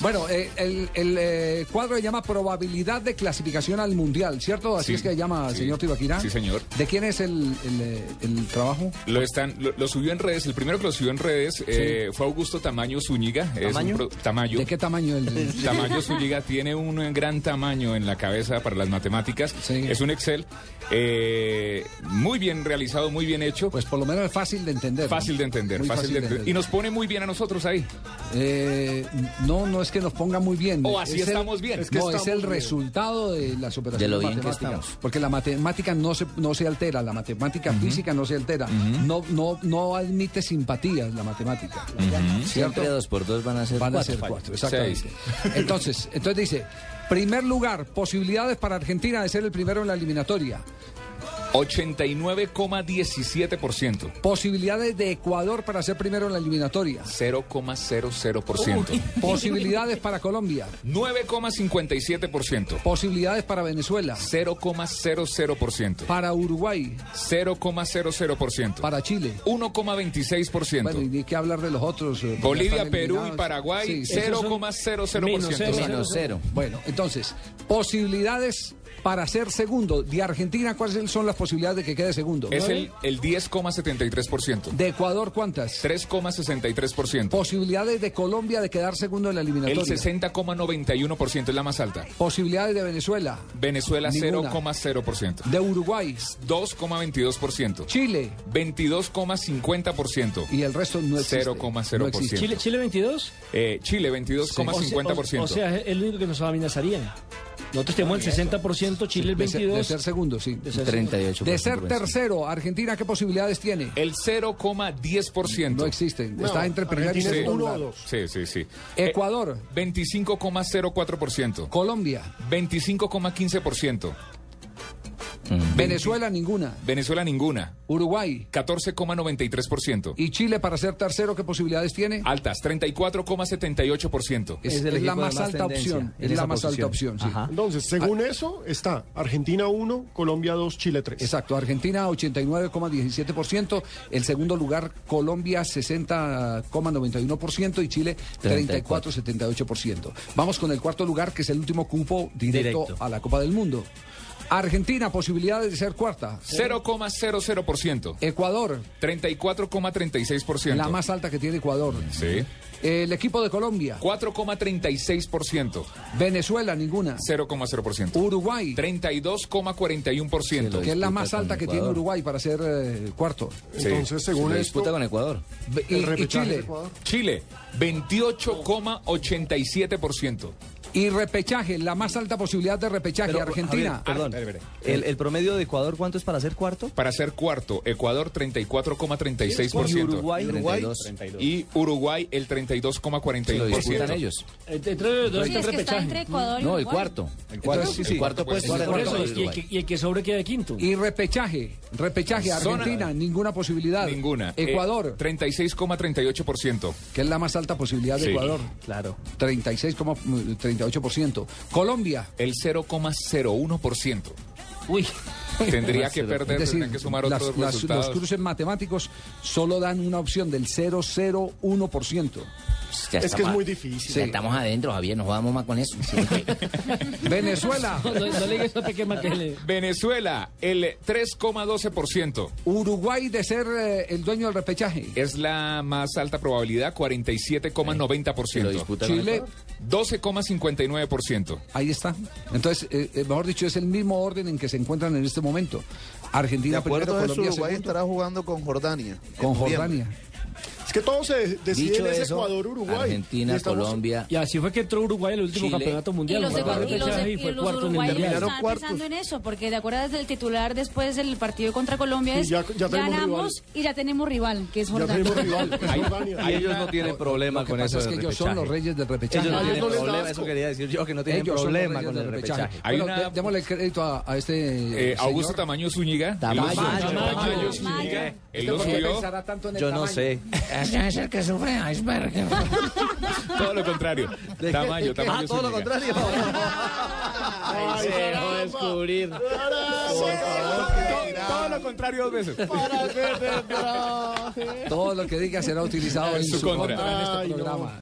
Bueno, eh, el, el eh, cuadro se llama probabilidad de clasificación al mundial, ¿cierto? Así Sí, es que se llama, sí. señor Tibaquirá. Sí, señor. ¿De quién es el, el, eh, el trabajo? Lo, están, lo, lo subió en redes, el primero que lo subió en redes eh, fue Augusto Tamaño Zúñiga. es un ¿Tamaño? pro- Tamayo. ¿De qué tamaño el.? Tamayo Zúñiga tiene un eh, gran tamaño en la cabeza para las matemáticas. Sí. Es un Excel eh, muy bien realizado, muy bien hecho. Pues por lo menos es fácil de entender. ¿no? fácil de entender, Muy fácil, de entender. Y nos pone muy bien a nosotros ahí. Eh, no, no es que nos ponga muy bien. O Oh, así Es el- estamos bien. Es que no, es el resultado de las operaciones De lo bien que matemáticas. estamos. Porque la matemática no se, no se altera, la matemática física no se altera. no, no, no admite simpatías la matemática. ¿Cierto? Siempre dos por dos van a ser Van a cuatro. ser cuatro, exactamente. Entonces, entonces dice, primer lugar, posibilidades para Argentina de ser el primero en la eliminatoria. 89,17%. Posibilidades de Ecuador para ser primero en la eliminatoria. 0,00%. Posibilidades para Colombia. 9,57%. Posibilidades para Venezuela. 0,00%. Para Uruguay. 0,00%. Para Chile. Bueno, y 1,26%. ni que hablar de los otros. eh, porque ya Bolivia, están Perú y eliminados. Paraguay, Sí, esos son- menos cero. 0,00%. Menos cero. Bueno, entonces, posibilidades para ser segundo. De Argentina, ¿cuáles son las posibilidades de que quede segundo? Es el, el 10,73%. De Ecuador, ¿cuántas? 3,63%. Posibilidades de Colombia de quedar segundo en la El eliminatoria. 60,91% es la más alta. Posibilidades de Venezuela. Venezuela Ninguna. 0,0%. De Uruguay. 2,22%. Chile. 22,50%. Y el resto no existe. 0,0%. No existe. Chile, Chile 22. Eh, Chile, 22,50%. O, sea, o sea, es lo único que nos amenazarían. Nosotros tenemos el 60%, Chile el Ah, De ser, 22. de ser segundo, sí. de ser- 38. De ser tercero, Argentina, ¿qué posibilidades tiene? el 0,10%. No existe. Está entre primer y Argentina es segundo. uno lugar. Sí, sí, sí. Ecuador, Eh, 25,04%. Colombia, 25,15%. Venezuela ninguna, Venezuela ninguna. Uruguay 14,93%. y Chile para ser tercero, ¿qué posibilidades tiene? Altas, 34,78%. Es, Es el es la equipo de más más alta tendencia opción. en Es la esa más alta posición. opción, sí. Ajá. Entonces, según eso, está Argentina 1, Colombia 2, Chile 3. Exacto, Argentina 89,17%, el segundo lugar Colombia 60,91% y Chile 34,78%. Vamos con el cuarto lugar que es el último cupo directo, Directo. a la Copa del Mundo. Argentina, posibilidades de ser cuarta. 0,00%. Ecuador, 34,36%. la más alta que tiene Ecuador. Sí. El equipo de Colombia, 4,36%. Venezuela ninguna. 0,0%. Uruguay, 32,41%. que es la más disputa alta con que tiene Ecuador. Uruguay para ser eh, cuarto. Entonces, según Una esto, disputa con Ecuador. Ve- el Y, y repechaje de Chile. Ecuador. Chile, 28,87%. Y repechaje, la más alta posibilidad de repechaje. Pero, Argentina. Javier, perdón. Ah, espere, El, el promedio de Ecuador, ¿cuánto es para ser cuarto? Para ser cuarto, Ecuador Y 34,36%. Uruguay, Uruguay. Y Uruguay el Lo disputan 32,41%. ellos. Entre entre los dos Sí, está el es que está repechaje. entre Ecuador y No, el Uruguay. cuarto. El cuarto, Entonces, sí. el cuarto puesto Por para Por el eso, cuarto de y el, Uruguay. que, y el que sobre queda quinto. Y repechaje, repechaje, Zona- Argentina, ninguna posibilidad. Ninguna. Eh, Ecuador, 36,38%. que es la más alta posibilidad de Sí. Ecuador, Claro. mm, 36,38%. Colombia, El 0,01%. Uy, Tendría que Es perder, es tendría que decir, sumar las- otros las- los resultados. cruces matemáticos solo dan una opción del 0,01%. Ya es que es estamos- muy difícil. Ya estamos adentro, Javier, no jugamos más con eso. Venezuela, no, no, no le digas a Peque Maquele. Venezuela, el 3,12%. Uruguay de ser eh, el dueño del repechaje. Es la más alta probabilidad, Lo 47,90%. disputa con Chile, Ecuador. 12,59%. ahí está. Entonces, eh, eh, mejor dicho, es el mismo orden en que se encuentran en este momento. De Argentina primero, acuerdo a eso, Colombia Uruguay segundo, estará jugando con Jordania. en con noviembre. Jordania. Es que todo se decide Dicho en ese eso, Ecuador-Uruguay. Argentina, Y estamos- Colombia. Y así fue que entró Uruguay al último Chile. campeonato Y mundial. los, Fue ecua- y los- repechaje y y fue los cuarto en el uruguayos mundial. Terminaron estaban cuartos. pensando en eso, porque te acuerdas del titular después del partido contra Colombia es Sí, ya- ya tenemos ganamos rival". y ya tenemos rival, que es Ya Jordania. tenemos rival, Ahí- Jordania. ahí- Ellos no tienen problema Lo que con eso. pasa es que del ellos son repechaje. los reyes del repechaje. Ellos no Ah, tienen no les da problema, asco. eso quería decir yo, que no tienen Ellos son los problema reyes con del el repechaje. repechaje. Hay Bueno, una- dé- démosle el crédito a, a este Eh, señor. Augusto Tamaño Zúñiga. él Tamayo. lo- Tamayo. Tamaño Tamayo. Zúñiga. Él ¿Usted lo por qué subió. pensará tanto en el Yo no tamaño? sé. Ese es el que sufre iceberg. Todo lo contrario. Tamaño, Tamayo Ah, todo lo Zúñiga. contrario. Ay, caramba. Todo- Todo lo contrario dos veces. Todo lo que diga será utilizado en su su contra, contra. en este Ay, no. programa.